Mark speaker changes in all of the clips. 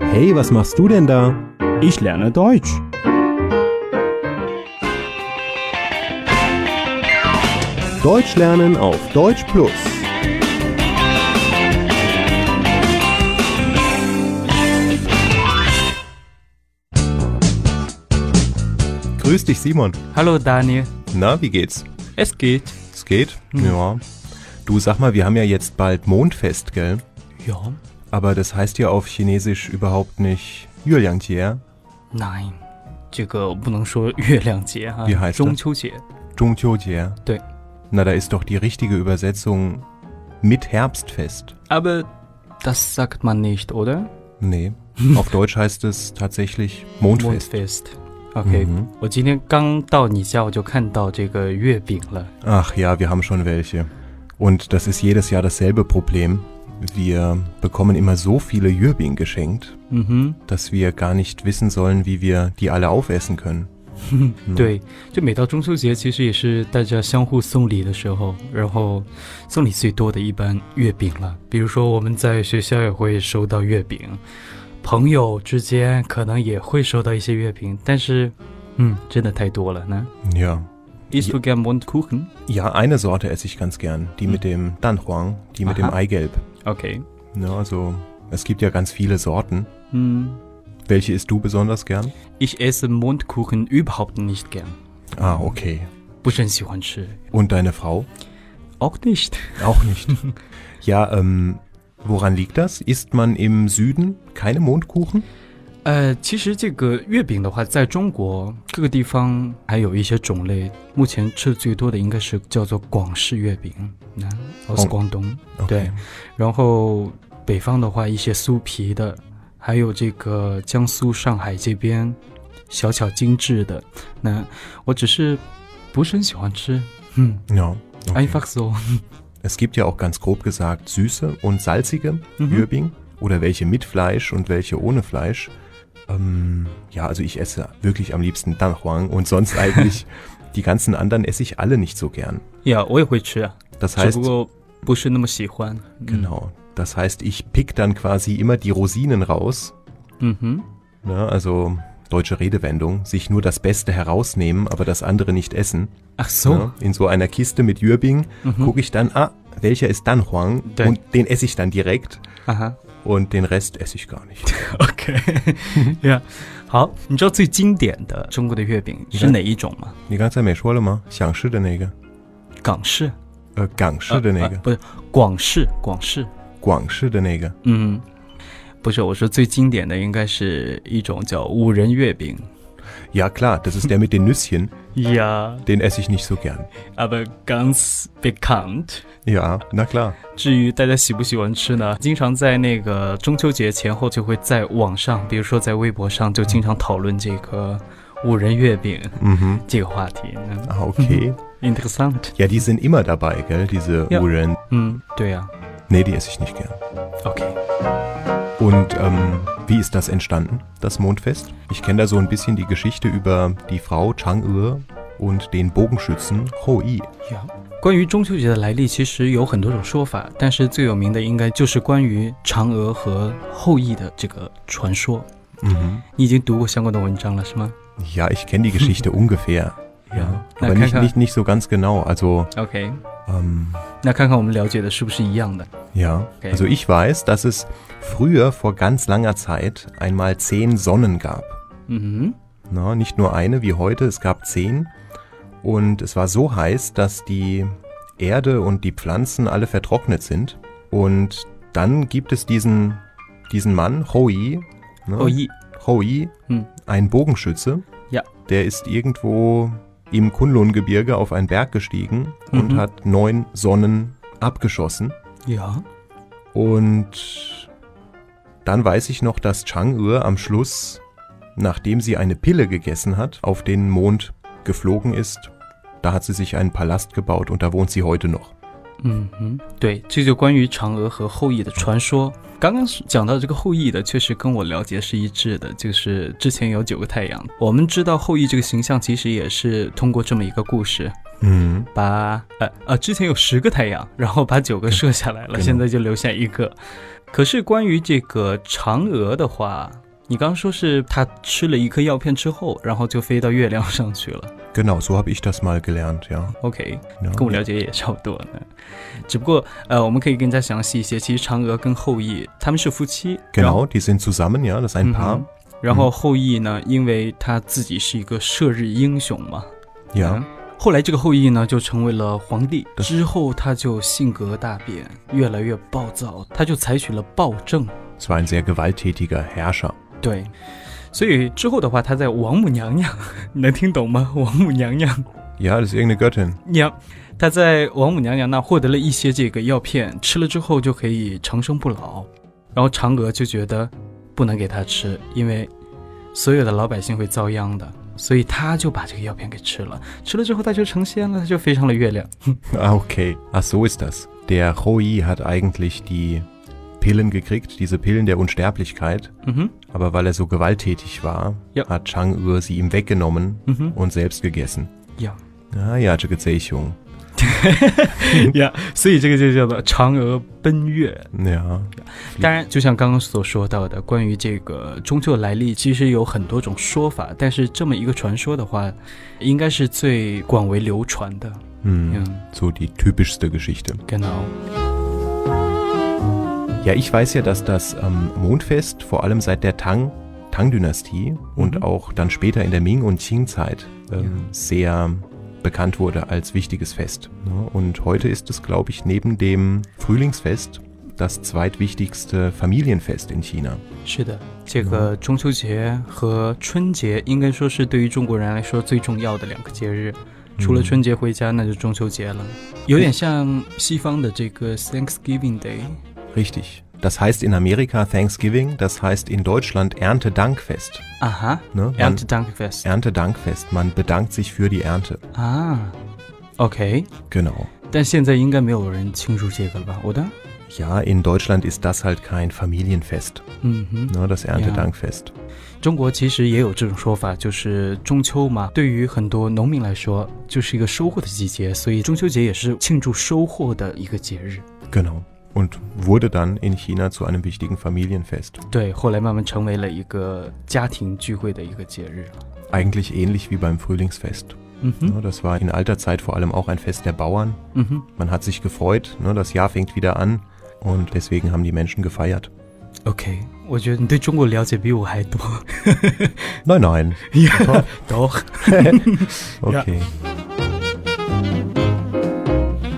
Speaker 1: Hey, was machst du denn da?
Speaker 2: Ich lerne Deutsch.
Speaker 1: Deutsch lernen auf Deutsch Plus. Grüß dich, Simon.
Speaker 3: Hallo Daniel.
Speaker 1: Na, wie geht's?
Speaker 3: Es geht.
Speaker 1: Es geht?
Speaker 2: Hm.
Speaker 1: Ja. Du sag mal, wir haben ja jetzt bald Mondfest, gell?
Speaker 3: Ja?
Speaker 1: Aber das heißt ja auf Chinesisch überhaupt nicht Yuliangjier,
Speaker 3: Nein. 这个我不能说月亮节哈、
Speaker 1: Wie heißt
Speaker 3: 中秋节。
Speaker 1: Zhongqiujier.
Speaker 3: Dö.
Speaker 1: Na, da ist doch die richtige Übersetzung mit Herbstfest.
Speaker 3: Aber 啊 das sagt man nicht, oder?
Speaker 1: Nee, auf Deutsch heißt es tatsächlich Mondfest.
Speaker 3: Mondfest. OK，、我今天刚到你家，我就看到这个月饼了。
Speaker 1: Ach ja, wir haben schon welche. Und das ist jedes Jahr dasselbe Problem. Wir bekommen immer so viele Jürbing geschenkt,
Speaker 3: 嗯哼，
Speaker 1: dass wir gar nicht wissen sollen, wie wir die alle aufessen können.
Speaker 3: 对，就每到中秋节，其实也是大家相互送礼的时候，然后送礼最多的一般月饼了。比如说我们在学校也会收到月饼，朋友之间可能也会收到一些月饼，但是，嗯，真的太多了呢。
Speaker 1: Ja.
Speaker 3: Isst du gern Mondkuchen?
Speaker 1: Ja, eine Sorte esse ich ganz gern. Die mit dem Danhuang, die mit
Speaker 3: Aha.
Speaker 1: dem Eigelb.
Speaker 3: Okay.
Speaker 1: Ja, also, es gibt ja ganz viele Sorten.
Speaker 3: Hm,
Speaker 1: Welche isst du besonders gern?
Speaker 3: ich esse Mondkuchen überhaupt nicht gern.
Speaker 1: Ah, okay.
Speaker 3: 不是很喜欢吃。
Speaker 1: Und deine Frau?
Speaker 3: Auch nicht.
Speaker 1: Auch nicht. ja, ähm, woran liegt das? Isst man im Süden keine Mondkuchen?
Speaker 3: 呃，其实这个月饼的话，在中国各个地方还有一些种类，目前吃的最多的应该是叫做广式月饼，那我是广东。对，然后北方的话，一些酥皮的，还有这个江苏、上海这边小巧精致的。那我只是不是很喜欢吃，嗯
Speaker 1: Ja. Okay.
Speaker 3: ，einfach so。
Speaker 1: Es gibt ja auch ganz grob gesagt süße und salzige
Speaker 3: Mhm.
Speaker 1: Jürbing oder welche mit Fleisch und welche ohne Fleisch. Ähm, ja, also ich esse wirklich am liebsten Danhuang und sonst eigentlich die ganzen anderen esse ich alle nicht so gern.
Speaker 3: 呀，我也会吃啊，
Speaker 1: Das
Speaker 3: 只
Speaker 1: heißt,
Speaker 3: 不过不是那么喜欢。嗯
Speaker 1: genau, das heißt, ich pick dann quasi immer die Rosinen raus.
Speaker 3: 嗯哼。
Speaker 1: Ne? Also deutsche Redewendung, sich nur das Beste herausnehmen, aber das andere nicht essen.
Speaker 3: Ach so. Mhm.
Speaker 1: Ne? In so einer Kiste mit Jürbing gucke ich dann, ah, welcher ist Danhuang
Speaker 3: Dann-
Speaker 1: und den esse ich dann direkt.
Speaker 3: 啊哈
Speaker 1: und den Rest esse ich gar nicht.
Speaker 3: OK，呀、好，你知道最经典的中国的月饼是哪一种吗？
Speaker 1: 你刚才没说了吗？想吃的那个，
Speaker 3: 港式，
Speaker 1: 呃，港式的那
Speaker 3: 呃
Speaker 1: 个，
Speaker 3: 不是广式，广式，
Speaker 1: 广式的那个，
Speaker 3: 嗯，不是，我说最经典的应该是一种叫五仁月饼
Speaker 1: ja klar, das ist der mit den Nüsschen,
Speaker 3: ，Ja,
Speaker 1: den esse ich nicht so gern.
Speaker 3: aber ganz bekannt。
Speaker 1: Ja, na klar.
Speaker 3: 至于大家喜不喜欢吃呢？经常在那个中秋节前后就会在网上，比如说在微博上，就经常讨论这个五仁月饼
Speaker 1: Mhm.
Speaker 3: 这个话题。嗯
Speaker 1: Ah, okay.
Speaker 3: Interessant，
Speaker 1: Ja, die sind immer dabei, gell, diese
Speaker 3: Mhm. Ja.
Speaker 1: Uhren.
Speaker 3: 嗯，对呀、
Speaker 1: Nee, die esse ich nicht gern.
Speaker 3: o k
Speaker 1: Und ähm, wie ist das entstanden, das Mondfest? Ich kenne da so ein bisschen die Geschichte über die Frau Chang'e und den Bogenschützen Ho Yi.
Speaker 3: 呀，关于中秋节的来历，其实有很多种说法，但是最有名的应该就是关于嫦娥和后羿的这个传说。
Speaker 1: Mhm.
Speaker 3: 你已经读过相关的文章了，是吗
Speaker 1: Ja, ich kenne die Geschichte ungefähr. Ja,
Speaker 3: Na,
Speaker 1: aber nicht,
Speaker 3: Kaka.
Speaker 1: nicht, nicht so ganz genau. Also,
Speaker 3: ？OK，
Speaker 1: ähm,
Speaker 3: 那看看我们了解的是不是一样的？
Speaker 1: Ja,
Speaker 3: Okay.
Speaker 1: also ich weiß, dass es früher vor ganz langer Zeit einmal zehn Sonnen gab.
Speaker 3: 嗯
Speaker 1: Na, nicht nur eine wie heute, es gab zehn. Und es war so heiß, dass die Erde und die Pflanzen alle vertrocknet sind. Und dann gibt es diesen, diesen Mann, Hoi,
Speaker 3: 哼，
Speaker 1: ne?
Speaker 3: 后羿，
Speaker 1: Hoi
Speaker 3: Hm.
Speaker 1: ein Bogenschütze.
Speaker 3: Ja.
Speaker 1: Der ist irgendwo im Kunlun-Gebirge auf einen Berg gestiegen und
Speaker 3: Mhm.
Speaker 1: hat neun Sonnen abgeschossen.
Speaker 3: 呀，
Speaker 1: Und dann weiß ich noch, dass Chang'e am Schluss, nachdem sie eine Pille gegessen hat, auf den Mond geflogen ist. Da hat sie sich einen Palast gebaut und da wohnt sie heute noch.
Speaker 3: 嗯哼，对，这就关于嫦娥和后羿的传说。刚刚是讲到这个后羿的，确实跟我了解是一致的，就是之前有九个太阳。我们知道后羿这个形象，其实也是通过这么一个故事，
Speaker 1: 嗯，
Speaker 3: 把呃呃之前有十个太阳，然后把九个射下来了，
Speaker 1: 对
Speaker 3: 现在就留下一个。可是关于这个嫦娥的话，你刚刚说是它吃了一颗药片之后，然后就飞到月亮上去了。
Speaker 1: Genau, so habe ich das mal gelernt, ja.
Speaker 3: OK，
Speaker 1: ja.
Speaker 3: 跟我了解也差不多呢。只不过呃，我们可以更加详细一些。其实嫦娥跟后羿他们是夫妻，然
Speaker 1: Genau,
Speaker 3: 后
Speaker 1: die sind zusammen, ja, das ist ein
Speaker 3: 嗯
Speaker 1: Paar.
Speaker 3: 哼然后后羿呢，因为他自己是一个射日英雄嘛，
Speaker 1: Ja,
Speaker 3: 嗯后来这个后羿呢，就成为了皇帝。
Speaker 1: 对
Speaker 3: 之后他就性格大变，越来越暴躁，他就采取了暴政。
Speaker 1: es war ein sehr gewalttätiger Herrscher.
Speaker 3: 对，所以之后的话，他在王母娘娘， 你能听懂吗？王母娘娘
Speaker 1: Ja, das ist irgendeine Göttin.
Speaker 3: 娘，他在王母娘娘那获得了一些这个药片，吃了之后就可以长生不老。然后嫦娥就觉得不能给他吃，因为所有的老百姓会遭殃的，所以他就把这个药片给吃了。吃了之后，他就成仙了，他就飞上了月亮。
Speaker 1: Ah, okay. Ach, so ist das. Der Hoi hat eigentlich die Pillen gekriegt, diese Pillen der Unsterblichkeit.
Speaker 3: 嗯哼，
Speaker 1: Aber weil er so gewalttätig war,
Speaker 3: Ja.
Speaker 1: hat Chang'e sie ihm weggenommen
Speaker 3: 嗯哼，
Speaker 1: und selbst gegessen.
Speaker 3: 呀。
Speaker 1: Ah ja, Jigezeichung.
Speaker 3: 呀所以这个就叫做嫦娥奔月。
Speaker 1: Ja,
Speaker 3: 当然，就像刚刚所说到的，关于这个中秋的来历，其实有很多种说法，但是这么一个传说的话，应该是最广为流传的。
Speaker 1: hm,
Speaker 3: 嗯，
Speaker 1: so die typischste Geschichte.
Speaker 3: genau。
Speaker 1: Ja, ich weiß ja, dass das ähm, Mondfest vor allem seit der Tang, Tang-Dynastie und
Speaker 3: Mhm.
Speaker 1: auch dann später in der Ming- und Qing-Zeit ähm,
Speaker 3: Ja.
Speaker 1: sehr bekannt wurde als wichtiges Fest. Ne? Und heute ist es, glaube ich, neben dem Frühlingsfest das zweitwichtigste Familienfest in China.
Speaker 3: 是的，这个中秋节和春节应该说是对于中国人来说最重要的两个节日。除了
Speaker 1: Mhm.
Speaker 3: 春节回家，那就中秋节了，有点像西方的这个 Thanksgiving Day。
Speaker 1: Richtig. Das heißt in Amerika Thanksgiving, das heißt in Deutschland Erntedankfest.
Speaker 3: 啊哈
Speaker 1: Ne? Man,
Speaker 3: ，Erntedankfest
Speaker 1: Erntedankfest, man bedankt sich für die Ernte.
Speaker 3: 啊，OK。
Speaker 1: Genau.
Speaker 3: 但现在应该没有人庆祝这个了吧？我的，
Speaker 1: Ja, in Deutschland ist das halt kein Familienfest,
Speaker 3: 嗯哼，
Speaker 1: ne, das Erntedankfest.
Speaker 3: 中国其实也有这种说法，就是中秋嘛，对于很多农民来说，就是一个收获的季节，所以中秋节也是庆祝收获的一个节日。
Speaker 1: Genau. Und wurde dann in China zu einem wichtigen Familienfest.
Speaker 3: 对，后来慢慢成为了一个家庭聚会的一个节日了。
Speaker 1: Eigentlich ähnlich wie beim Frühlingsfest.
Speaker 3: 嗯哼，
Speaker 1: Ne, das war in alter Zeit vor allem auch ein Fest der Bauern.
Speaker 3: 嗯哼
Speaker 1: Man hat sich gefreut, ne, das Jahr fängt wieder an und deswegen haben die Menschen gefeiert.
Speaker 3: ，OK，我觉得你对中国了解比我还多。
Speaker 1: Nein, nein.
Speaker 3: 懂。
Speaker 1: Okay.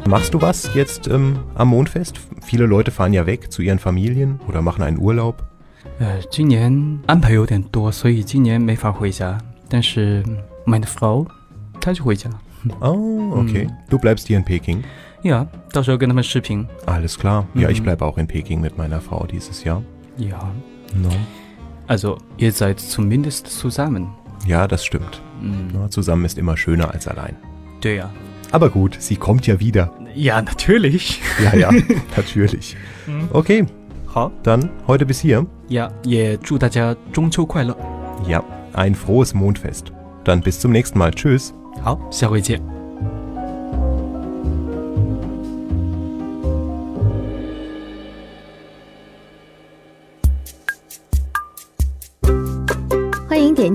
Speaker 1: Machst du was jetzt ähm, am Mondfest? Viele Leute fahren ja weg zu ihren Familien oder machen einen Urlaub.
Speaker 3: 呃，今年安排有点多，所以今年没法回家。但是 my Frau，她就回家。
Speaker 1: Oh, okay.
Speaker 3: Mhm.
Speaker 1: Du bleibst hier in Peking.
Speaker 3: 呀、到时候跟他们视频。
Speaker 1: Alles klar. Ja, ich
Speaker 3: Mhm.
Speaker 1: bleibe auch in Peking mit meiner Frau dieses Jahr.
Speaker 3: 呀、
Speaker 1: No.
Speaker 3: Also, ihr seid zumindest zusammen.
Speaker 1: Ja, das stimmt.
Speaker 3: 嗯，
Speaker 1: Na, Zusammen ist immer schöner als allein.
Speaker 3: 对呀、
Speaker 1: Aber gut, sie kommt ja wieder.
Speaker 3: Ja, natürlich.
Speaker 1: Ja, ja, natürlich.
Speaker 3: Mhm.
Speaker 1: Okay,
Speaker 3: 好
Speaker 1: dann heute bis hier.
Speaker 3: 呀，也祝大家中秋快乐。
Speaker 1: Ja, ein frohes Mondfest. Dann bis zum nächsten Mal. Tschüss.
Speaker 3: 好，下回见。
Speaker 2: 欢迎点